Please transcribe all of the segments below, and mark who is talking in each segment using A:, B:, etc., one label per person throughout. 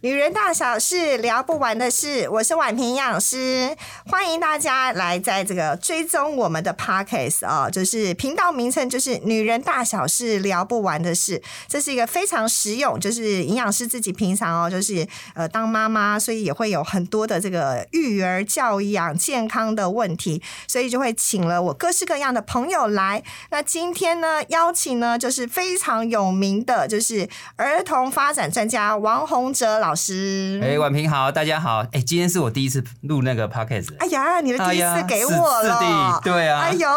A: 女人大小事聊不完的事，我是婉萍营养师，欢迎大家来在这个追踪我们的 podcast 哦，就是频道名称就是“女人大小事聊不完的事”，这是一个非常实用，就是营养师自己平常哦，就是呃当妈妈，所以也会有很多的这个育儿、教养、健康的问题，所以就会请了我各式各样的朋友来。那今天呢，邀请呢就是非常有名的，就是儿童发展专家王洪哲老师。
B: 哎、婉平好，大家好。哎、今天是我第一次录那个 podcast，
A: 哎呀，你的第一
B: 哎
A: 次
B: 呀
A: 给
B: 是
A: 我
B: 是
A: 了
B: 的，对啊
A: 哎呦，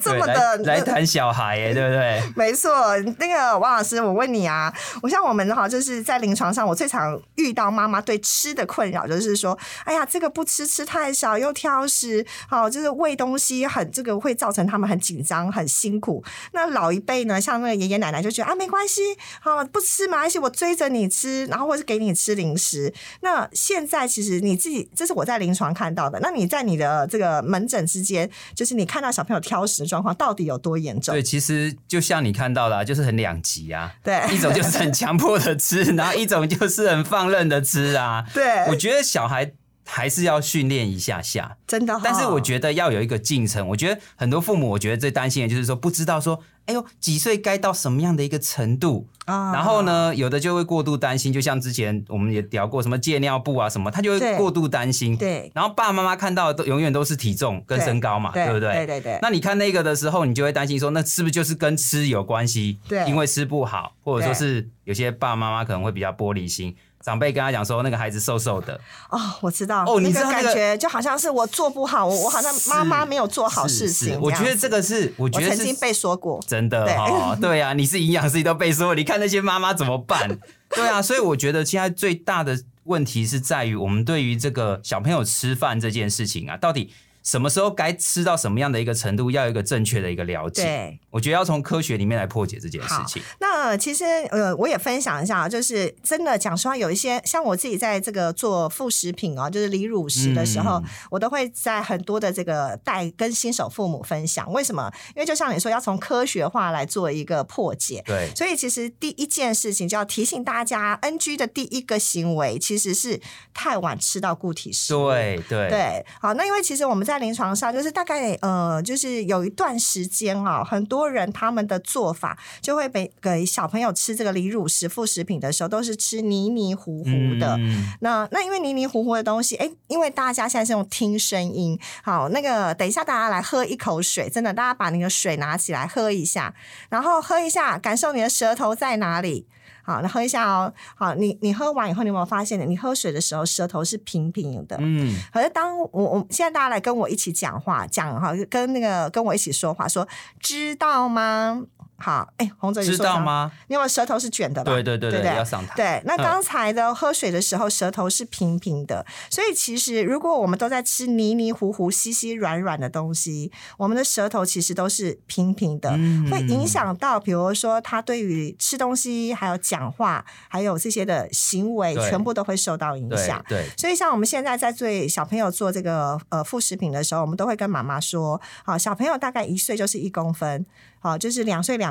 A: 这
B: 对
A: 么
B: 来
A: 的
B: 来谈小孩、哎，对不对？
A: 没错，那个王老师，我问你啊，我像我们哈，就是在临床上，我最常遇到妈妈对吃的困扰，就是说，哎呀，这个不吃，吃太少，又挑食，好、就是喂东西很这个会造成他们很紧张、很辛苦。那老一辈呢，像那个爷爷奶奶就觉得啊，没关系，好、不吃没关系，我追着你吃，然后或是给你吃零食。那现在其实你自己，这是我在临床看到的。那你在你的这个门诊之间，就是你看到小朋友挑食的状况到底有多严重
B: 对，？其实就像你看到的、啊，就是很两极啊。
A: 对
B: 一种就是很强迫的吃， 然后一种就是很放任的吃啊。
A: 对
B: 我觉得小孩还是要训练一下下，
A: 真的、
B: 但是我觉得要有一个进程。我觉得很多父母，我觉得最担心的就是说，不知道说，哎呦，几岁该到什么样的一个程度？
A: 得，啊
B: 然后？呢，有的就会过度担心，就像之前我们也聊过什么戒尿布啊什么，他就
A: 对
B: 会过度担心。
A: 对
B: 然后爸爸妈妈看到的都永远都是体重跟
A: 对
B: 身高嘛，
A: 对
B: 啊对不对？
A: 对对对
B: 那你看那个的时候，你就会担心说，那是不是就是跟吃有关系？
A: 对
B: 因为吃不好，或者说
A: 对
B: 是有些爸爸妈妈可能会比较玻璃心，长辈跟他讲说那个孩子瘦瘦的，
A: 哦，我知道，
B: 哦你知
A: 那
B: 道
A: 个感
B: 那个
A: 觉就好像是我做不好，我我好像妈妈没有做好
B: 是
A: 事
B: 是
A: 情。
B: 我觉得这
A: 个，
B: 个是，我
A: 我
B: 觉得
A: 曾
B: 是
A: 经被说过，
B: 真的
A: 对
B: 哦，对啊，你是营养师，你都被说，你看那些妈妈怎么 办？对啊，所以我觉得现在最大的问题是在于我们对于这个小朋友吃饭这件事情啊，到底什么时候该吃到什么样的一个程度，要有一个正确的一个了解。
A: 对。
B: 我觉得要从科学里面来破解这件事情。
A: 那其实呃，我也分享一下，就是真的讲实话，有一些像我自己在这个做副食品哦，就是离乳食的时候，
B: 嗯
A: 我都会在很多的这个带跟新手父母分享。为什么？因为就像你说，要从科学化来做一个破解。
B: 对，
A: 所以其实第一件事情就要提醒大家，NG 的第一个行为其实是太晚吃到固体食物。
B: 对，对，
A: 对，好，那因为其实我们在临床上，就是大概呃，就是有一段时间啊、很多人他们的做法就会被给小朋友吃这个离乳食副食品的时候，都是吃泥泥糊糊的。
B: 嗯
A: 那那因为泥泥糊糊的东西，哎，因为大家现在是用听声音，好，那个等一下大家来喝一口水，真的，大家把你的水拿起来喝一下，然后喝一下，感受你的舌头在哪里。好，那喝一下哦。好，你你喝完以后，你有没有发现，你喝水的时候舌头是平平的？
B: 嗯，
A: 可是当我我现在大家来跟我一起讲话，讲哈，跟那个跟我一起说话，说知道吗？好，哎、洪哲，你
B: 知
A: 说
B: 道
A: 什么？
B: 吗？
A: 你有没有舌头是卷的吧？
B: 对对对
A: 对
B: 对，
A: 不对
B: 要上台。
A: 对，那
B: 嗯
A: 刚才的喝水的时候，舌头是平平的，所以其实如果我们都在吃泥泥糊糊、稀稀软软的东西，我们的舌头其实都是平平的，
B: 嗯
A: 会影响到，比如说他对于吃东西、还有讲话、还有这些的行为，
B: 对
A: 全部都会受到影
B: 对
A: 响。
B: 嗯对，
A: 所以，像我们现在在对小朋友做这个呃副食品的时候，我们都会跟妈妈说：好，小朋友大概一岁就是一公分，好，就是两岁两公分。
B: 嗯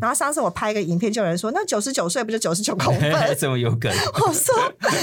A: 然后上次我拍一个影片，就有人说：那九十九岁不就九十九 公分？
B: 这么有梗，
A: 我说：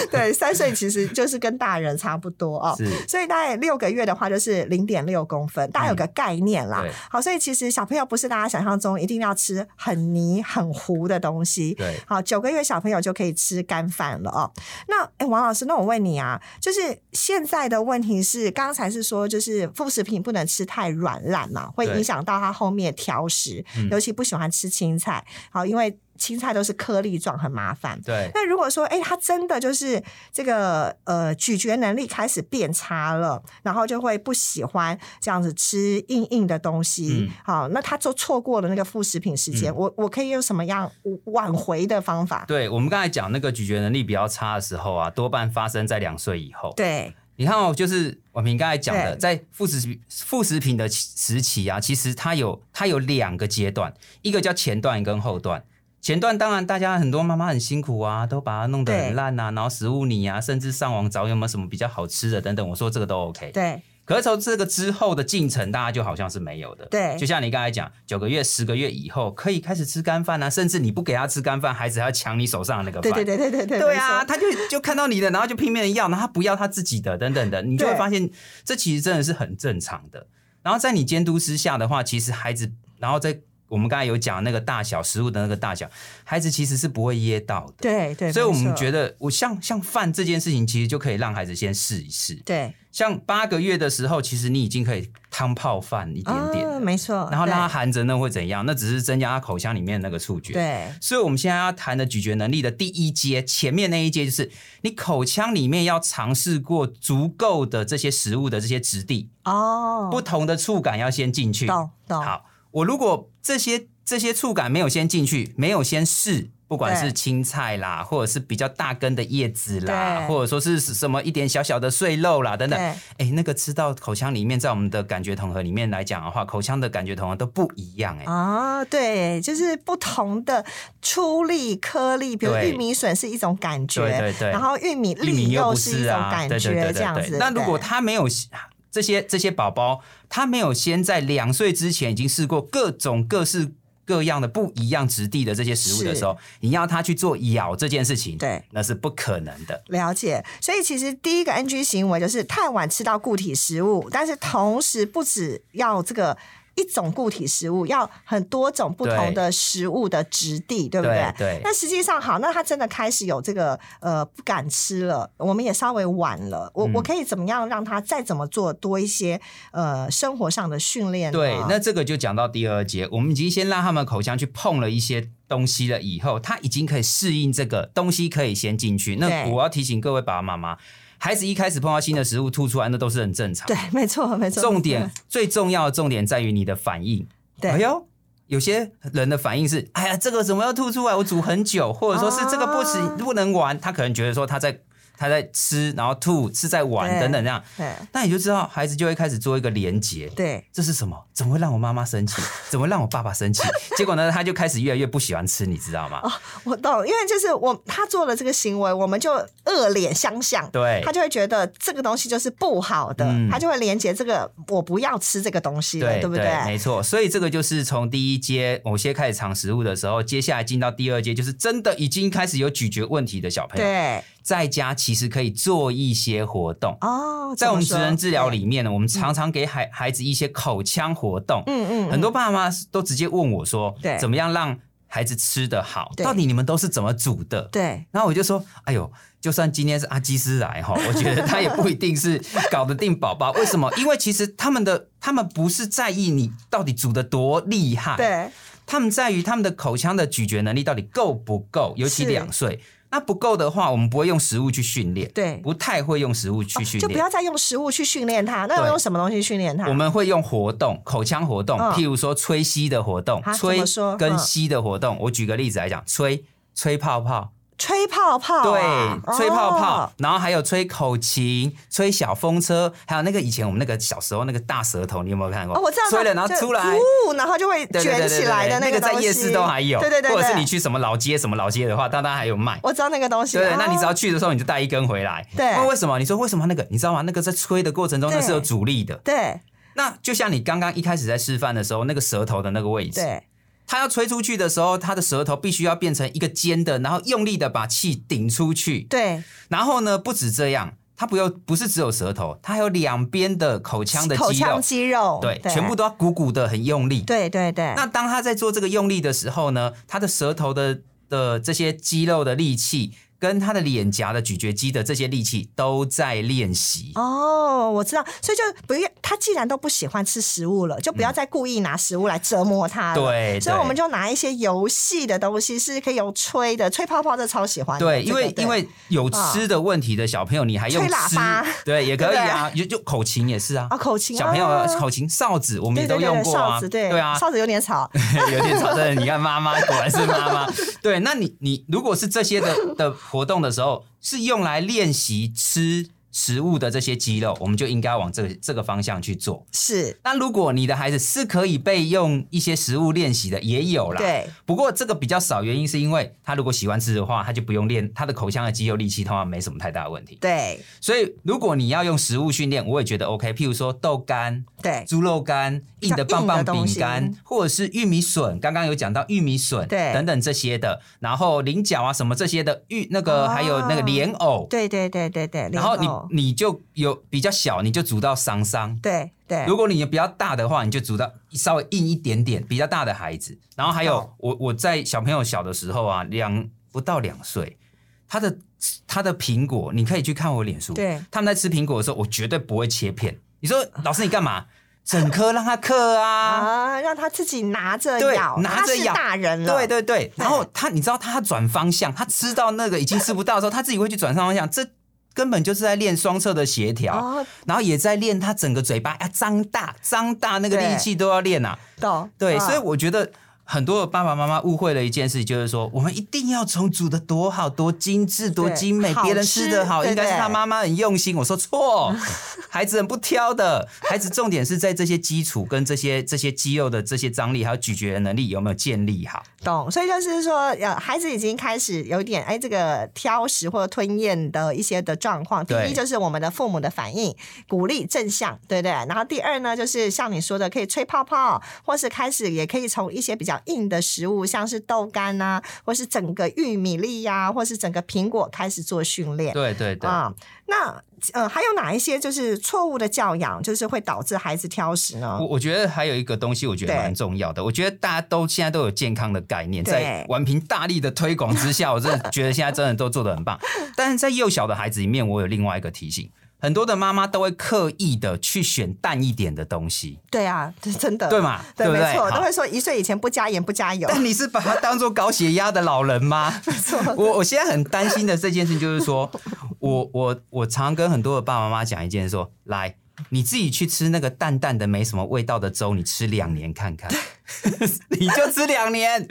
A: 对，三岁其实就是跟大人差不多哦。
B: 是
A: 所以大概六个月的话，就是零点六公分，大家有个概念啦。
B: 嗯对
A: 好，所以其实小朋友不是大家想象中一定要吃很泥很糊的东西。
B: 对
A: 好，九个月小朋友就可以吃干饭了哦。那哎，诶王老师，那我问你啊，就是现在的问题是，刚才是说就是副食品不能吃太软烂嘛，会
B: 对
A: 影响到他后面挑食，
B: 嗯
A: 尤其不喜欢吃青菜。好，因为青菜都是颗粒状，很麻烦。
B: 对。
A: 那如果说，哎、他真的就是这个呃咀嚼能力开始变差了，然后就会不喜欢这样子吃硬硬的东西，
B: 嗯
A: 好，那他就错过了那个副食品时间。我我可以用什么样挽回的方法？
B: 对，我们刚才讲那个咀嚼能力比较差的时候啊，多半发生在两岁以后。
A: 对
B: 你看哦，就是婉平刚才讲的，
A: 对
B: 在副食品副食品的时期啊，其实它有它有两个阶段，一个叫前段跟后段。前段当然大家很多妈妈很辛苦啊，都把它弄得
A: 对
B: 很烂啊，然后食物泥啊，甚至上网找有没有什么比较好吃的等等。我说这个都 OK。
A: 对
B: 可是从这个之后的进程，大家就好像是没有的。
A: 对
B: 就像你刚才讲，九个月、十个月以后可以开始吃干饭啊，甚至你不给他吃干饭，孩子还要抢你手上的那个饭。
A: 对对对对对对，
B: 对
A: 没
B: 啊，
A: 错，
B: 他就就看到你的，然后就拼命的要，然后他不要他自己的，等等的，你就会
A: 对
B: 发现这其实真的是很正常的。然后在你监督之下的话，其实孩子，然后在我们刚才有讲那个大小食物的那个大小，孩子其实是不会噎到的。
A: 对对，
B: 所以我们
A: 得
B: 觉得，我像像饭这件事情，其实就可以让孩子先试一试。
A: 对
B: 像八个月的时候，其实你已经可以汤泡饭一点点了，
A: 啊没错，
B: 然后
A: 对
B: 让他含着那会怎样？那只是增加他口腔里面的那个触觉。
A: 对
B: 所以我们现在要谈的咀嚼能力的第一阶，前面那一阶就是你口腔里面要尝试过足够的这些食物的这些质地，
A: 哦，
B: 不同的触感要先进去。
A: 懂懂，
B: 好，我如果这些这些触感没有先进去，没有先试。不管
A: 对
B: 是青菜啦，或者是比较大根的叶子啦，
A: 对
B: 或者说是什么一点小小的碎肉啦等等，
A: 对
B: 哎，那个吃到口腔里面，在我们的感觉统合里面来讲的话，口腔的感觉统合都不一样哎、
A: 啊，对，就是不同的出粒颗粒，比如
B: 对
A: 玉米笋是一种感觉，
B: 对对对
A: 然后玉米
B: 玉米
A: 粒
B: 又
A: 又
B: 不
A: 一种
B: 啊，
A: 感
B: 对对对
A: 觉，
B: 对
A: 这样
B: 对
A: 子。
B: 那如果
A: 对
B: 他没有这些这些宝宝，他没有先在两岁之前已经试过各种各式各样的不一样质地的这些食物的时候，你要他去做咬这件事情，
A: 对，
B: 那是不可能的。
A: 了解，所以其实第一个 NG 行为就是太晚吃到固体食物，但是同时不只要这个一种固体食物，要很多种不同的食物的质地，对不对？
B: 对对
A: 那实际上好，那他真的开始有这个呃不敢吃了，我们也稍微晚了，
B: 嗯
A: 我、我可以怎么样让他再怎么做多一些呃生活上的训练啊呢？
B: 对，那这个就讲到第二节，我们已经先让他们口腔去碰了一些东西了，以后他已经可以适应这个东西，可以先进去。那
A: 对
B: 我要提醒各位爸爸妈妈，孩子一开始碰到新的食物吐出来，那都是很正常的。
A: 对，没错没错，
B: 重点最重要的重点在于你的反应。
A: 嗯对
B: 哎呦，有些人的反应是，哎呀，这个怎么要吐出来？我煮很久，或者说是这个不行、
A: 啊
B: 不能玩。他可能觉得说他在他在吃，然后吐是在玩
A: 对
B: 等等这样，
A: 对
B: 那你就知道孩子就会开始做一个连结。
A: 对。
B: 这是什么？怎么会让我妈妈 生气？怎么会让我爸爸生气？结果呢，他就开始越来越不喜欢吃，你知道吗？
A: 我懂，因为就是我他做了这个行为，我们就恶脸相向，
B: 对
A: 他就会觉得这个东西就是不好的，
B: 哎嗯
A: 他就会连接这个我不要吃这个东西了，对不
B: 没错。所以这个就是从第一阶某些开始尝食物的时候，接下来进到第二阶，就是真的已经开始有咀嚼问题的小朋友，
A: 对，
B: 在家其实可以做一些活动。
A: 哦，
B: 在我们职
A: 怎哦么说
B: 能治疗，里面呢，我们常常给孩孩子一些口腔活
A: 对
B: 动。
A: 嗯嗯，
B: 很多爸妈都直接问我说
A: 对：“
B: 怎么样让孩子吃得好？
A: 对
B: 到底你们都是怎么煮的？”
A: 对
B: 然后我就说：“哎呦，就算今天是阿基 斯来哈，我觉得他也不一定是搞得定宝宝。为什么？因为其实他们的他们不是在意你到底煮的多厉害，
A: 对
B: 他们在于他们的口腔的咀嚼能力到底够不够，尤其
A: 是
B: 两岁。那不够的话，我们不会用食物去训练，
A: 对哦
B: 不太会用食物去训
A: 就不
B: 练。
A: 要再用食物去训练他，那要
B: 对
A: 用什么东西训练他？
B: 我们会用活动，口腔活动，
A: 嗯
B: 譬如说吹吸的活动
A: 啊，怎
B: 吹
A: 么说嗯
B: 跟吸的活动。我举个例子来讲，吹吹泡泡，
A: 吹泡泡啊、
B: 对，吹泡泡，
A: 哦
B: 然后还有吹口琴、吹小风车，还有那个以前我们那个小时候那个大舌头，你有没有看过？
A: 哦，我知道它，
B: 吹了然后
A: 就
B: 出来。
A: 呜然后就会
B: 对对对
A: 卷
B: 对
A: 起
B: 对
A: 来的
B: 对那
A: 个
B: 在
A: 东
B: 夜市
A: 西
B: 都还有，
A: 对对对，
B: 或者是
A: 对
B: 你，去什么老街什么老街的话，当然还有卖。
A: 我知道那个东西，
B: 对，那你只要
A: 哦
B: 去的时候你就带一根回来。
A: 对
B: 那为什么？你说为什么那个？你知道吗？那个在吹的过程中，那是有
A: 对
B: 阻力的。
A: 对
B: 那就像你刚刚一开始在示范的时候，那个舌头的那个位置，
A: 对
B: 它要吹出去的时候，它的舌头必须要变成一个尖的，然后用力的把气顶出去。
A: 对，
B: 然后呢，不止这样，它不要不是只有舌头，它还有两边的口腔的
A: 口
B: 肌
A: 腔
B: 肉，
A: 肌肉，
B: 对，全部都要鼓鼓的，很用力。
A: 对对对，
B: 那当他在做这个用力的时候呢，他的舌头的的这些肌肉的力气，跟他的脸颊的咀嚼肌的这些力气都在练习。
A: 哦，我知道，所以就不要他既然都不喜欢吃食物了，就不要再故意拿食物来折磨他了。
B: 嗯对
A: 所以
B: 对
A: 我们就拿一些游戏的东西，是可以有吹的，吹泡泡这超喜欢的。
B: 对，
A: 这
B: 因
A: 个
B: 为因为有吃的问题的小朋友，你还用
A: 吹喇
B: 吃
A: 叭，
B: 对，也可以啊，就就口琴也是啊
A: 啊，，口琴
B: 小朋友呃
A: 啊
B: 口琴、哨子，我们
A: 对
B: 也
A: 对
B: 都
A: 对
B: 用
A: 对，
B: 过啊，
A: 哨子对
B: 啊，
A: 哨子有点吵，
B: 有点吵，真的。你看妈妈果然是妈 妈。对，那你你如果是这些的的活动的时候，是用来练习吃食物的这些肌肉，我们就应该往这个这个方向去做。
A: 是，
B: 那如果你的孩子是可以被用一些食物练习的，也有啦。
A: 对，
B: 不过这个比较少，原因是因为他如果喜欢吃的话，他就不用练他的口腔的肌肉力气，通常没什么太大的问题。
A: 对，
B: 所以如果你要用食物训练，我也觉得 OK。譬如说豆干、
A: 对，
B: 猪肉干、硬的棒棒饼
A: 比较硬的
B: 干
A: 东西，嗯
B: 或者是玉米笋，刚刚有讲到玉米笋，
A: 对
B: 等等这些的，然后菱角啊什么这些的玉那个、
A: 哦
B: 还有那个莲藕，
A: 对，对，对，对，对。
B: 然后
A: 莲藕
B: 你你就有比较小，你就煮到桑桑。
A: 对对，
B: 如果你比较大的话，你就煮到稍微硬一点点，比较大的孩子。然后还有，
A: 哦
B: 我我在小朋友小的时候啊，两不到两岁，他的他的苹果，你可以去看我脸书，
A: 对，
B: 他们在吃苹果的时候，我绝对不会切片。你说老师你干嘛？整颗让他嗑啊。
A: 啊，让他自己拿着
B: 对
A: 咬，
B: 拿
A: 他
B: 着
A: 是
B: 咬
A: 大人了，
B: 对对对，然后他，你知道他转方向，他吃到那个已经吃不到的时候，他自己会去转上方向，这根本就是在练双侧的协调。
A: 哦，
B: 然后也在练他整个嘴巴要张大，张大那个力气都要练啊。
A: 懂，
B: 对，
A: 嗯
B: 所以我觉得很多的爸爸妈妈误会了一件事，就是说我们一定要从煮的多好、多精致、多精美，
A: 好
B: 别人吃的好，
A: 吃
B: 应该是
A: 对对
B: 他妈妈很用心。我 说错，孩子很不挑的，孩子重点是在这些基础跟这些这些肌肉的这些张力，还有咀嚼的能力有没有建立好。
A: 懂，所以就是说，呃，孩子已经开始有点哎，这个挑食或者吞咽的一些的状况。第
B: 对
A: 一就是我们的父母的反应，鼓励正向，对不对？然后第二呢，就是像你说的，可以吹泡泡，或是开始也可以从一些比较硬的食物，像是豆干呐、或是整个玉米粒呀、或是整个苹果开始做训练。
B: 对对对，
A: 啊、那呃，还有哪一些就是错误的教养，就是会导致孩子挑食呢
B: 我？我觉得还有一个东西，我觉得
A: 哦对
B: 蛮重要的。我觉得大家都现在都有健康的概念，
A: 对
B: 在顽皮大力的推广之下，我真的觉得现在真的都做得 很棒。但是在幼小的孩子里面，我有另外一个提醒。很多的妈妈都会刻意的去选淡一点的东西，
A: 对啊，这真的
B: 对嘛？
A: 对，
B: 不
A: 没
B: 对？
A: 错，都
B: 好
A: 会说一岁以前不加盐不加 油。
B: 但你是把它当做高血压的老人吗？没错，我我现在很担心的这件事情就是说， 我我我常跟很多的爸爸妈妈讲一件事说，来你自己去吃那个淡淡的没什么味道的粥，你吃两年看 看，你就吃两年，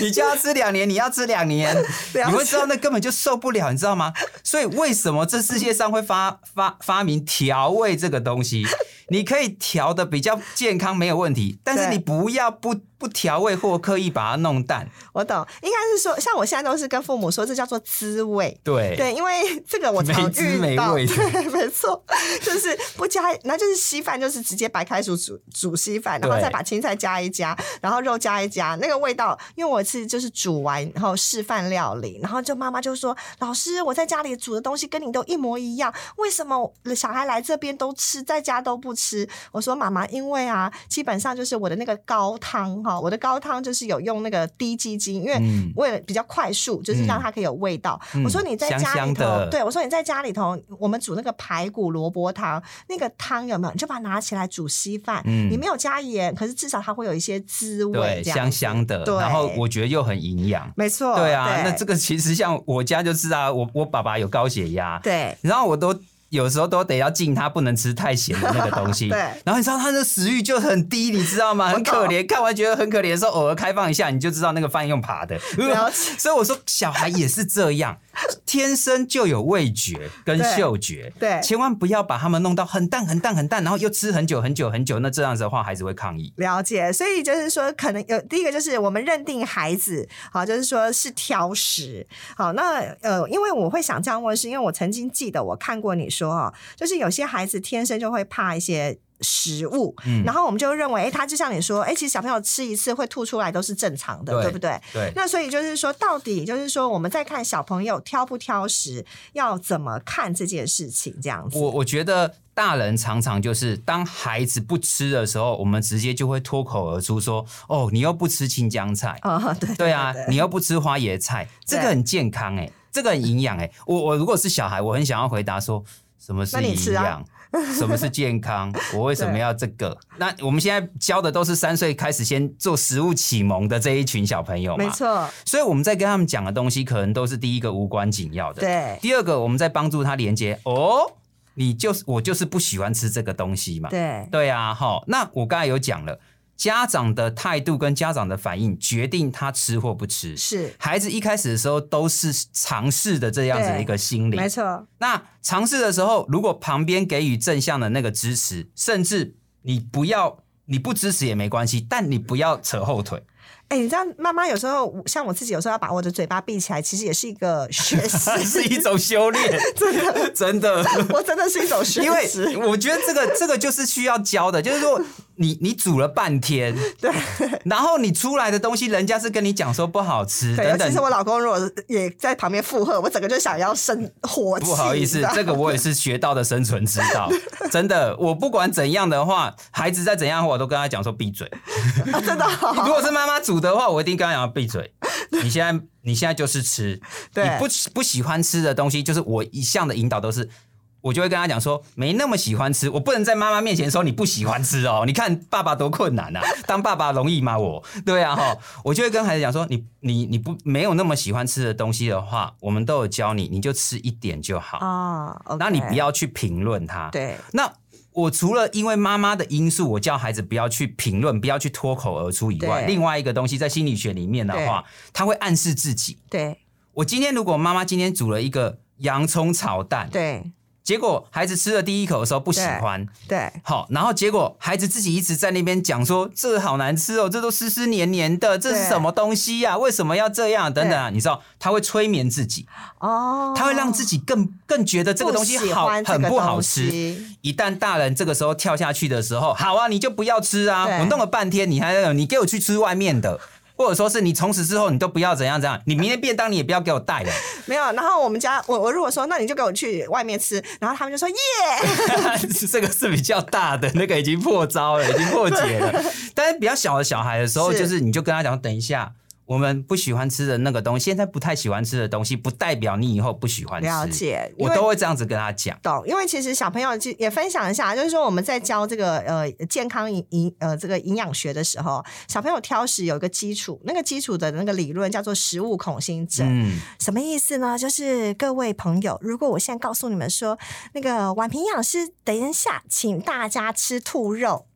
B: 你就要吃两年，你要吃两年，
A: 了解
B: 你会知道那根本就受不了，你知道吗？所以为什么这世界上会发发发明调味这个东 西？你可以调的比较健康没有问题，但是
A: 对
B: 你不要不不调味或刻意把它弄淡。
A: 我懂，应该是说，像我现在都是跟父母说，这叫做滋味。
B: 对
A: 对，因为这个我常
B: 没滋
A: 遇到，
B: 没味的
A: 对，没错，就是不加，那就是稀饭，就是直接白开水煮煮稀饭，然后
B: 对
A: 再把青菜加一加，然后肉加一加，那个味道，因为我是就是煮完然后示范料理，然后就妈妈就说，老师，我在家里煮的东西跟你都一模一样，为什么小孩来这边都吃，在家都不吃？我说妈妈，因为啊，基本上就是我的那个高汤哈，我的高汤就是有用那个低鸡精，因为
B: 嗯
A: 为了比较快速，就是让它可以有味道。
B: 嗯
A: 我说你在家里
B: 香香
A: 头，
B: 的
A: 对我说你在家里头，我们煮那个排骨萝卜汤，那个汤有没有？你就把它拿起来煮稀饭，
B: 嗯
A: 你没有加盐，可是至少它会有一些滋味
B: 对，，
A: 这样
B: 香香的，
A: 对哦
B: 然后我觉得又很营养。
A: 没错，
B: 对啊，那这个其实像我家就是啊，我我爸爸有高血压，
A: 对
B: 然后我都有时候都得要禁他不能吃太咸的那个东 西。
A: 对
B: 然后你知道他的食欲就很低，你知道吗？很可怜。看完觉得很可怜的时候，偶尔开放一下，你就知道那个饭用爬的。
A: 了
B: 所以我说，小孩也是这样，天生就有味觉跟
A: 对
B: 嗅觉。
A: 对
B: 千万不要把他们弄到很淡很淡很淡，然后又吃很久很久很久，那这样子的话，孩子会抗议。
A: 了解，所以就是说，可能有第一个就是我们认定孩子，好，就是说是挑食，好，那呃，因为我会想这样问，是因为我曾经记得我看过你说哦，就是有些孩子天生就会怕一些。食物，
B: 嗯
A: 然后我们就认为，哎，他就像你说，哎，其实小朋友吃一次会吐出来都是正常的，
B: 对
A: 对不对？
B: 对，
A: 那所以就是说，到底就是说，我们在看小朋友挑不挑食，要怎么看这件事情？这样子，
B: 我我觉得大人常常就是当孩子不吃的时候，我们直接就会脱口而出说：“哦，你又不吃青江菜，
A: 啊、对
B: 对啊，你又不吃花椰菜，这个很健康哎、这个很营养哎。”我我如果是小孩，我很想要回答说：“什么是
A: 那你吃
B: 营
A: 啊
B: 养？”什么是健 康？我为什么要这个？那我们现在教的都是三岁开始先做食物启蒙的这一群小朋友嘛，
A: 没错，
B: 所以我们在跟他们讲的东西，可能都是第一个无关紧要的。
A: 对
B: 第二个，我们在帮助他连接哦，你就是我就是不喜欢吃这个东西嘛。
A: 对
B: 对啊，哈，那我刚才有讲了，家长的态度跟家长的反应决定他吃或不吃。
A: 是
B: 孩子一开始的时候都是尝试的这样子的一个心理
A: 没，错，
B: 那尝试的时候，如果旁边给予正向的那个支持，甚至你不要你不支持也没关系，但你不要扯后腿。
A: 哎、你知道妈妈有时候像我自己，有时候要把我的嘴巴闭起来，其实也是一个学
B: 是
A: 识，
B: 一种修炼， 真的真的。
A: 我真的是一种学
B: 因为
A: 识。
B: 我觉得这个这个就是需要教的，就是说你你煮了半天，
A: 对
B: 然后你出来的东西，人家是跟你讲说不好吃
A: 对，尤
B: 等
A: 其是
B: 等。
A: 我老公如果也在旁边附和，我整个就想要生火气。
B: 不好意
A: 你知
B: 思
A: 道，
B: 这个我也是学到的生存之道，真的。我不管怎样的话，孩子再怎样的话，我都跟他讲说闭嘴。
A: 啊真的哦、
B: 如果是妈妈煮的话，我一定跟她讲 闭嘴。你现在你现在就是吃，
A: 对
B: 你不不喜欢吃的东西，就是我一向的引导都是，我就会跟她讲说没那么喜欢吃，我不能在妈妈面前说你不喜欢吃哦。你看爸爸多 困难啊，当爸爸容易吗？我对啊哈，我就会跟孩子讲说你你你不没有那么喜欢吃的东西的话，我们都有教你，你就吃一点就好，
A: 啊，
B: 那、你不
A: OK
B: 要去评论它。
A: 对
B: 那我除了因为妈妈的因素，我叫孩子不要去评论，不要去脱口而出以外，
A: 对
B: 另外一个东西在心理学里面的话，他会暗示自己：
A: 对
B: 我今天如果妈妈今天煮了一个洋葱炒蛋，
A: 对
B: 结果孩子吃了第一口的时候不喜欢，
A: 对
B: 好，然后结果孩子自己一直在那边讲说：“这好难吃哦，这都湿湿黏黏的，这是
A: 对
B: 什么东西呀、为什么要这样？”等等啊，你知道，他会催眠自己，
A: 哦，
B: 他会让自己更更觉得这个东西
A: 不喜
B: 好
A: 欢这
B: 很
A: 个
B: 不好
A: 东
B: 吃。
A: 西
B: 一旦大人这个时候跳下去的时候，好啊，你就不要吃啊！
A: 对
B: 我弄了半天，你还要你给我去吃外面的，或者说是你从此之后你都不要怎样怎样，你明天便当你也不要给我带了。
A: 没有。然后我们家我我如果说那你就给我去外面吃，然后他们就说耶，
B: 这个是比较大的，那个已经破招了，已经破 解了。但是比较小的小孩的时候，
A: 是
B: 就是你就跟他讲，等一下。我们不喜欢吃的那个东西，现在不太喜欢吃的东西，不代表你以后不喜欢吃。
A: 了解因
B: 我
A: 为
B: 都会这样子跟他讲。
A: 懂，因为其实小朋友就也分享一下，就是说我们在教这个呃健康营营呃这个营养学的时候，小朋友挑食有一个基础，那个基础的那个理论叫做食物恐心症。
B: 嗯，
A: 什么意思呢？就是各位朋友，如果我现在告诉你们说，那个宛平营养师，等一下请大家吃兔肉，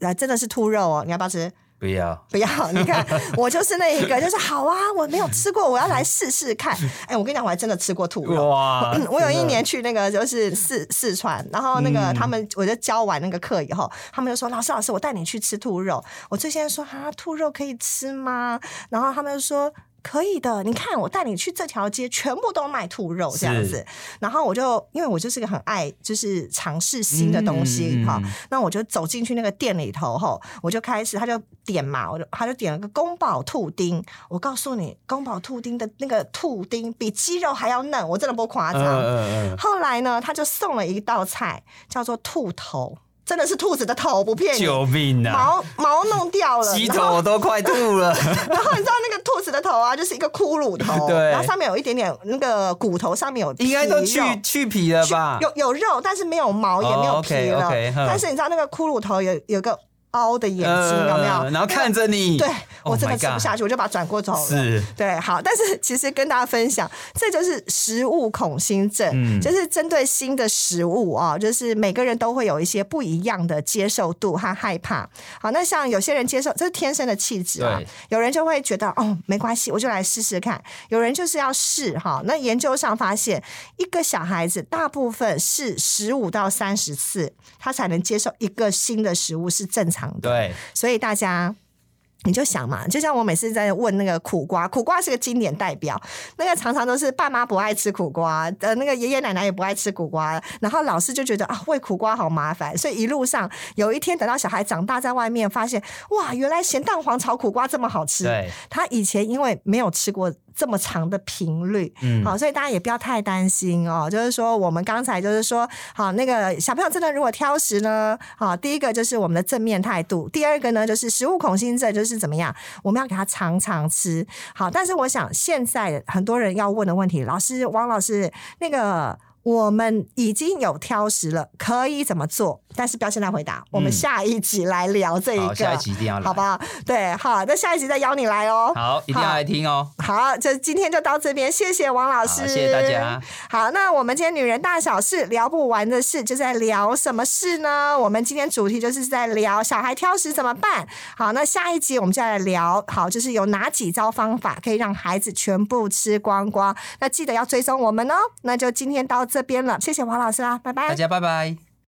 A: 啊，真的是兔肉哦，你要不要吃？
B: 不要，
A: 不要，你看我就是那一个，就是好啊，我没有吃过，我要来试试看。哎，我跟你讲，我还真的吃过兔肉。
B: 哇
A: 嗯我有一
B: 真的
A: 年去那个就是四四川，然后那个
B: 嗯
A: 他们我就教完那个课以后，他们就说老师老师，我带你去吃兔肉。我最先说啊，兔肉可以吃吗？然后他们就说。可以的，你看我带你去这条街，全部都卖兔肉这样
B: 是
A: 子。然后我就因为我就是个很爱就是尝试新的东西
B: 嗯
A: 哈、
B: 嗯嗯
A: 那我就走进去那个店里头后，我就开始他就点嘛，我就他就点了个宫保兔丁。我告诉你，宫保兔丁的那个兔丁比鸡肉还要嫩，我真的不夸张。
B: 嗯嗯
A: 后来呢，他就送了一道菜，叫做兔头，真的是兔子的头，不骗
B: 嗯，
A: 你，
B: 救命啊！
A: 毛毛弄掉了，
B: 鸡
A: 然后
B: 头我都快吐 了。
A: 然后你知道那个兔子的头啊，就是一个骷髅头，
B: 对
A: 然后上面有一点点那个骨头，上面有
B: 应该都
A: 皮
B: 去
A: 肉
B: 去皮了吧？
A: 有有肉，但是没有毛，也
B: 哦
A: 没有皮了。
B: OK，OK，哼
A: 但是你知道那个骷髅头有有个凹的眼睛，有没有？
B: 呃然后看着你，
A: 对我
B: Oh
A: 真的
B: my
A: 吃不
B: God
A: 下去，我就把它转过头了。
B: 是
A: 对，好，但是其实跟大家分享，这就是食物恐新症，
B: 嗯
A: 就是针对新的食物啊，就是每个人都会有一些不一样的接受度和害怕。好，那像有些人接受，这是天生的气质啊
B: 对，
A: 有人就会觉得哦，没关系，我就来试试看。有人就是要试哈。那研究上发现，一个小孩子大部分是十五到三十次，他才能接受一个新的食物是正常的。
B: 对，
A: 所以大家。你就想嘛，就像我每次在问那个苦瓜，苦瓜是个经典代表，那个常常都是爸妈不爱吃苦瓜，呃，那个爷爷奶奶也不爱吃苦瓜，然后老师就觉得啊，喂苦瓜好麻烦，所以一路上有一天等到小孩长大，在外面发现，哇，原来咸蛋黄炒苦瓜这么好吃，
B: 对，
A: 他以前因为没有吃过这么长的频率，
B: 嗯
A: 好，所以大家也不要太担心哦。就是说，我们刚才就是说，好，那个小朋友真的如果挑食呢，好，第一个就是我们的正面态度，第二个呢就是食物恐心症，就是怎么样，我们要给他常常吃。好，但是我想现在很多人要问的问题，老师王老师那个。我们已经有挑食了，可以怎么做？但是不要现在回答，我们
B: 嗯
A: 下一集来聊这一
B: 好，
A: 个，
B: 下一集一定要来，
A: 好不好？对，好，那下一集再邀你来哦。
B: 好，一定要来听哦。
A: 好，就今天就到这边，谢谢王老
B: 好，
A: 师，
B: 谢谢大家。。
A: 好，那我们今天女人大小事聊不完的事，就在聊什么事呢？我们今天主题就是在聊小孩挑食怎么办。好，那下一集我们就来聊，好，就是有哪几招方法可以让孩子全部吃光光。那记得要追踪我们哦。那就今天到这边了，谢谢王老师啦，拜拜
B: 大。家拜拜。